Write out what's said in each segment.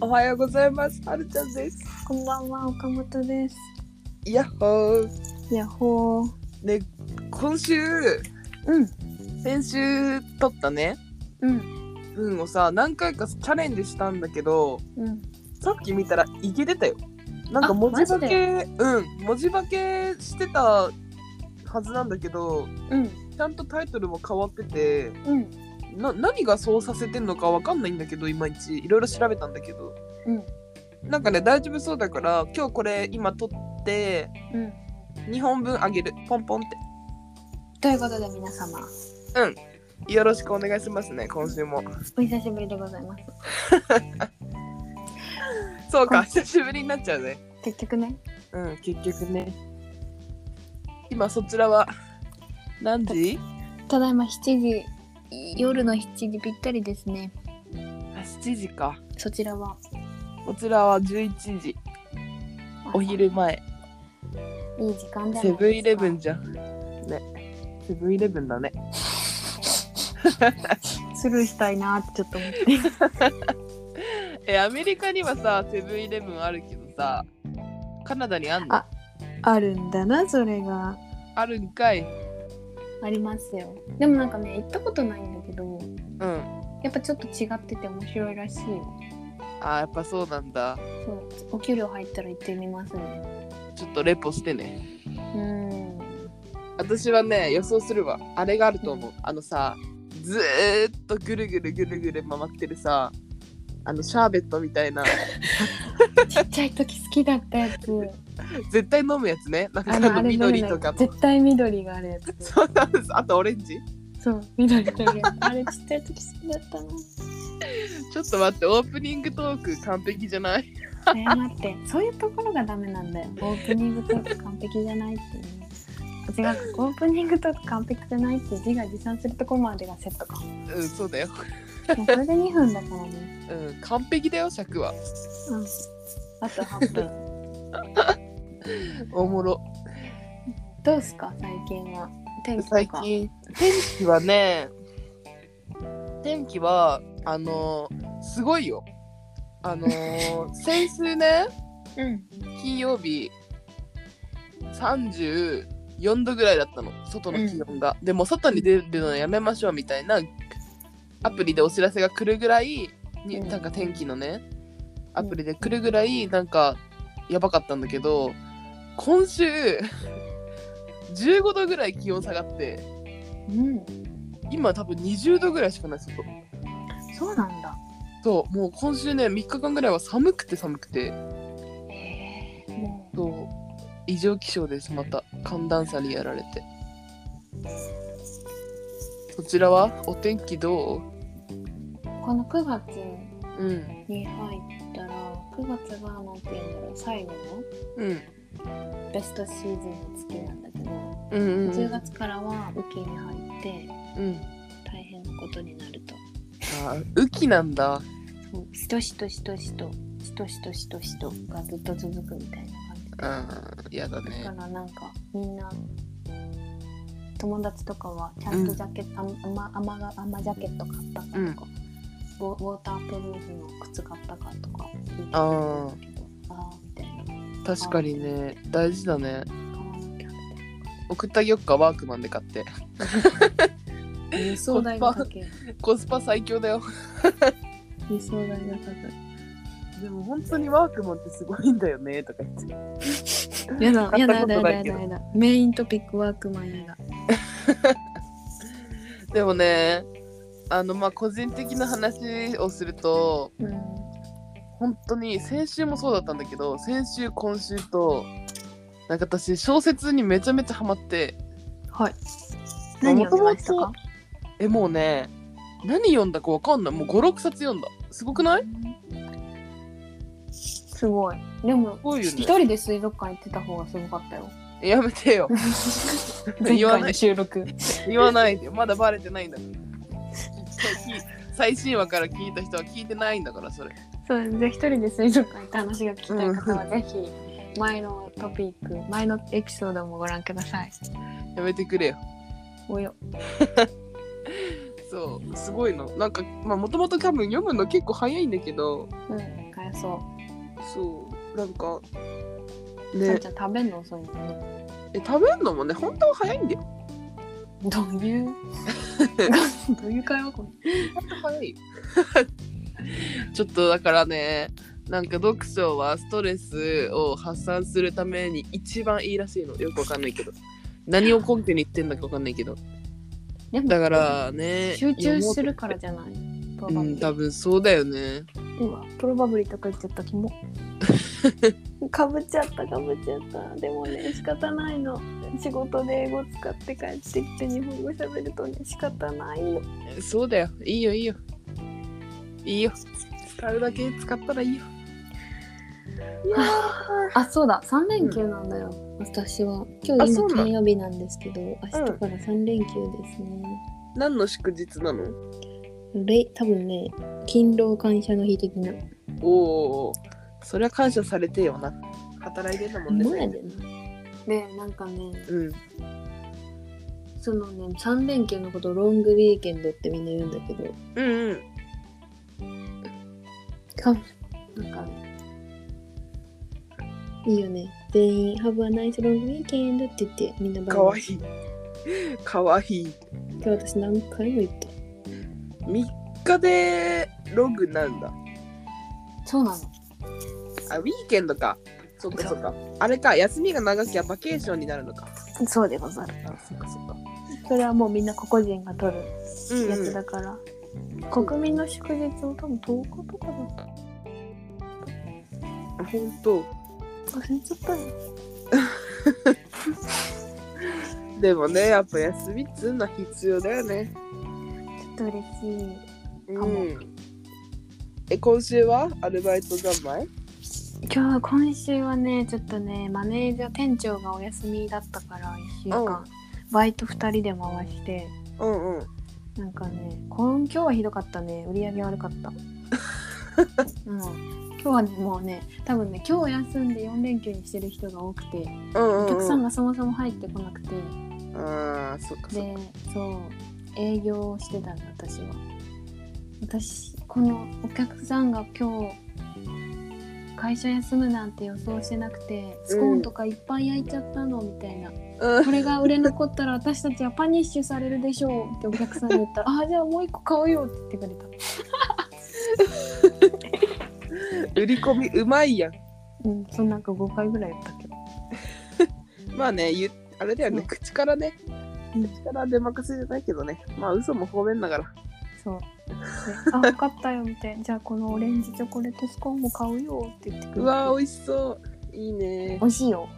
おはようございます。はるちゃんです。こんばんは、岡本です。やっほー。やっほー。ね、今週、うん。先週撮ったね、うん。うんをさ、何回かチャレンジしたんだけど、うん。さっき見たらいけてたよ。なんかあ文字化マジけ、うん、文字化けしてたはずなんだけど、うん。ちゃんとタイトルも変わってて、うん。な何がそうさせてんのかわかんないんだけど、いまいち。いろいろ調べたんだけど。うん。なんかね、大丈夫そうだから、今日これ今撮って、うん。 2本分あげる。ポンポンって。ということで、皆様、よろしくお願いしますね、今週も。お久しぶりでございます。そうか、今久しぶりになっちゃうね。結局ね、うん、結局ね。今そちらは何時ただいま7時、夜の7時ぴったりですね。あ ?7 時か。そちらは。こちらは11時、お。昼前。いい時間だセブンイレブン。じゃん。ね。セブンイレブンだね。スルーしたいなってちょっと思って。え、アメリカにはさ、セブンイレブンあるけどさ、カナダにあんのあああるんだな、それが。るんかい。ありますよ。でもなんかね、行ったことないんだけど、うん。やっぱちょっと違ってて面白いらしいよ。あ、やっぱそうなんだ。そうお給料入ったら行ってみますね。ちょっとレポしてね。うん。私はね予想するわあれがあると思うあのさずーっとぐるぐるぐるぐる回ってるさあのシャーベットみたい なちっちゃい時好きだったやつ。絶対飲むやつね なんかああののあれ飲め緑ないとかの絶対緑があるやつ。そうなんです あとオレンジそう、緑とか。あれちっちゃい時好きだったな。ちょっと待ってオープニングトーク完璧じゃないえー待って、そういうところがダメなんだよ。オープニングトーク完璧じゃないっていうね。違うか、オープニングトーク完璧じゃないって自画自賛するところまでがセットか。もうんそうだよ、うこれで2分だからね。うん、完璧だよ尺はうん。あと8分。おもろどうすか、最近は。天気と最か。近天気はね天気はあのーすごいよあの ー先週ねうん。金曜日34度ぐらいだったの外の気温が、でも外に出るのやめましょうみたいなアプリでお知らせが来るぐらいに、うんなんか天気のねアプリで来るぐらいなんかやばかったんだけど今週15度ぐらい気温下がってうん。今多分20度ぐらいしかない外そうなんだ。そうもう今週ね3日間ぐらいは寒くて寒くてへえ。もそう異常気象ですまた寒暖差にやられてそちらはお天気どう、この9月。ううんに入ったら9月がなんて言うんだろう最後うんのベストシーズンの月なんだけど、うんうん10月からは雨季に入ってうん大変なことになるとあー雨季なんだそうしとしとしとしとしとしとしとしとがずっと続くみたいな感あーやだじだねからなんかみんな友達とかはちゃんとジャケット、あ雨雨が雨ジャケット買ったかとか、ウォウォータープルーフの靴買ったかとか聞いてるんだけどああーみたいな確かにね大事だね買わなきゃみたいな。送ったよっかワークマンで買 って輸送代が高い。コスパ最強だよ輸送代が高でも本当にワークマンってすごいんだよねとか言ってい。やだ、買やっただ、こやとなだ、やだ、いやけどだ、やだ。メイントピックワークマンやだ。でもねあのまあ個人的な話をするとうん。本当に先週もそうだったんだけど先週今週となんか私小説にめちゃめちゃハマってはい。何何読み読みままししたたかかえもうね何読んだかわかんないもう56冊読んだすごくないすごい。でも、ごいよね一人で水族館行ってた方がすごかったよ。やめてよ前 言わ回なのい 収録。言わないでまだバレてないんだから聞い最新話から聞いた人は聞いてないんだからそれそう、で、一人で水族館行った話が聞きたい方は、ぜひ、前のトピック、前のエピソードもご覧ください。やめてくれよおよ。そうすごいのなんかまあもともと多分読むの結構早いんだけどうん。そそうなんかう、さんねちゃん食べんの遅いんだねえ食べるのもね本当は早いんだよどう いうどういう会話これ本当早い ちょっとだからねなんか読書はストレスを発散するために一番いいらしいのよくわかんないけど何を根拠に言ってんだかわかんないけどでもだからね集中する読からじゃないプロもうバうブんリ、多分そうだよねうわプロバブリとか言っちゃったキ モかぶっちゃったかぶっちゃったでもね仕方ないの仕事で英語使って帰ってきて日本語喋るとね仕方ないのそうだよいいよいいよいいよ使うだけ使ったらいいよあそうだ3連休なんだよ、私は今あ日そ今うなの金曜日なんですけど明日から3連休ですね、何の祝日なのれ多分ね勤労感謝の日的なおおそりゃ感謝されてよな働いてたもんねもやでなねなんかねうんそのね3連休のことをロングウィーケンドってみんな言うんだけどうんうんかなんかいいよね全員「Have a nice long weekend」って言ってみんなバイかわバイいいかわいい今日私何回も言った3日でログなんだそうなのあウィーケンドかそっかそっかあれか休みが長きゃバケーションになるのかそうでござるあそっかそっかそれはもうみんな個々人が取るやつだから、国民の祝日も多分10日とかだっ本当た忘れちゃったよでもねやっぱ休みっつうのは必要だよねちょっと嬉しいうんえ今週はアルバイト三昧今日今週はねちょっとねマネージャー店長がお休みだったから1週間、うんバイト2人で回してうんうんなんかね今今日はひどかったね売り上げ悪 かった、うん、今日はねもうね多分ね今日休んで4連休にしてる人が多くてうんおうん客さうんんがそもそも入ってこなくてあーそっかそっかでそう営業をしてたんだ私は私このお客さんが今日会社休むなんて予想してなくてスコーンとかいっぱい焼いちゃったのみたいな、うんこれが売れ残ったら私たちはパニッシュされるでしょうってお客さんに言った ら「ああじゃあもう一個買おうよ」って言ってくれた売り込みうまいやんうんそんなんか5回ぐらいやったけどまあねゆあれだよねうん口からねうん口から出まかせじゃないけどねまあ嘘も褒めんながらそうで「 あ分かったよ」みたいな「じゃあこのオレンジチョコレートスコーンも買うよ」って言ってくれてうわー美味しそういいね美味しいよ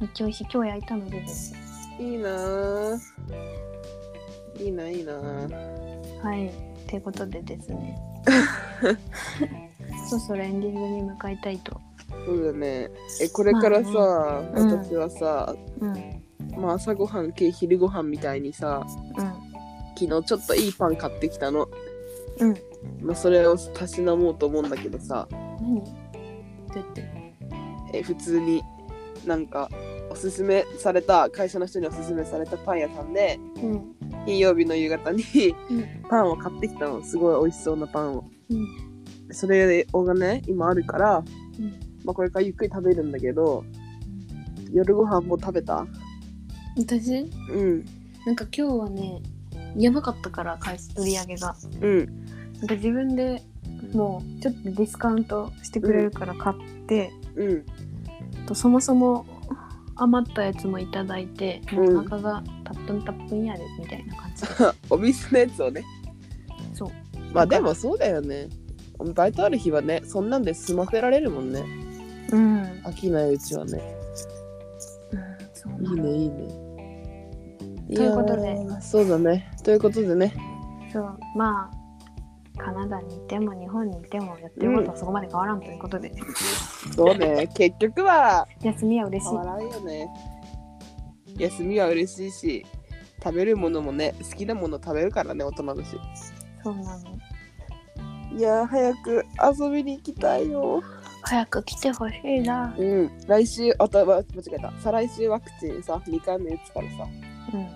めっちゃ美味しい今日焼いたのでですいいなーいいないいなーはい、ということでですね。 そろそろエンディングに向かいたいと。そうだねえこれからさ、うん私はさ、うん、うん、まあ朝ごはん系昼ごはんみたいにさ昨日ちょっといいパン買ってきたのうん。まあ、それをたしなもうと思うんだけどさ何？どうやって？え普通になんかおすすめされた会社の人におすすめされたパン屋さんでうん、金曜日の夕方にうん、パンを買ってきたのすごい美味しそうなパンをうん、それがね今あるから、うん。まあ、これからゆっくり食べるんだけど夜ご飯もう食べた私うんなんか今日はね、やばかったから会社売り上げが。うんなんか自分でもうちょっとディスカウントしてくれるから買って、うんとそもそも余ったやつもいただいて、もうお腹がたっぷんたっぷんやでみたいな感じ。お店のやつをねそう。まあでもそうだよねバイトある日はねそんなんで済ませられるもんねうん。飽きないうちはねうん、そうないいのねいいねということでやーそうだねということでねそうまあカナダにいても日本にいてもやってることはそこまで変わらんということで、そう ね、結局は休みは嬉し変わいらんよね。休みは嬉しいし、食べるものもね、好きなもの食べるからね、大人だし。そうなのいやー、早く遊びに行きたいよ。早く来てほしいなうん、来週、あた、わ間違えた。再来週ワクチンさ、2回目打つからさ、うん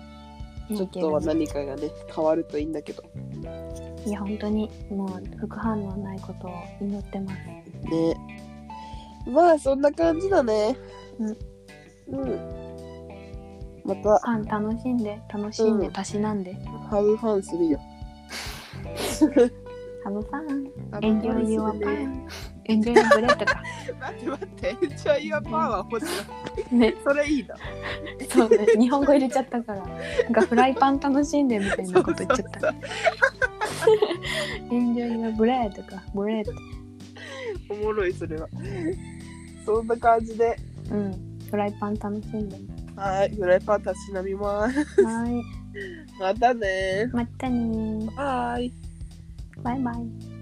ちょっとは何かがね、変わるといいんだけど。いや本当にもう副反応ないことを祈ってますねまあそんな感じだねうんうんまたパン楽しんで楽しんうでんたしなんで、ハブファンするよハブパンハブエンフジァョイユアンパするねンエンジョイユブレッドか待って待ってエン ジョイ・ユア・パンは欲しいねそれいいなそうね日本語入れちゃったからなんかフライパン楽しんでみたいなこと言っちゃったそう エンジョイユアブレッドかブレッド おもろいそれはそんな感じでうんフライパン楽しんではいフライパンたしなみますはーいまたねまったねーバイバイバイ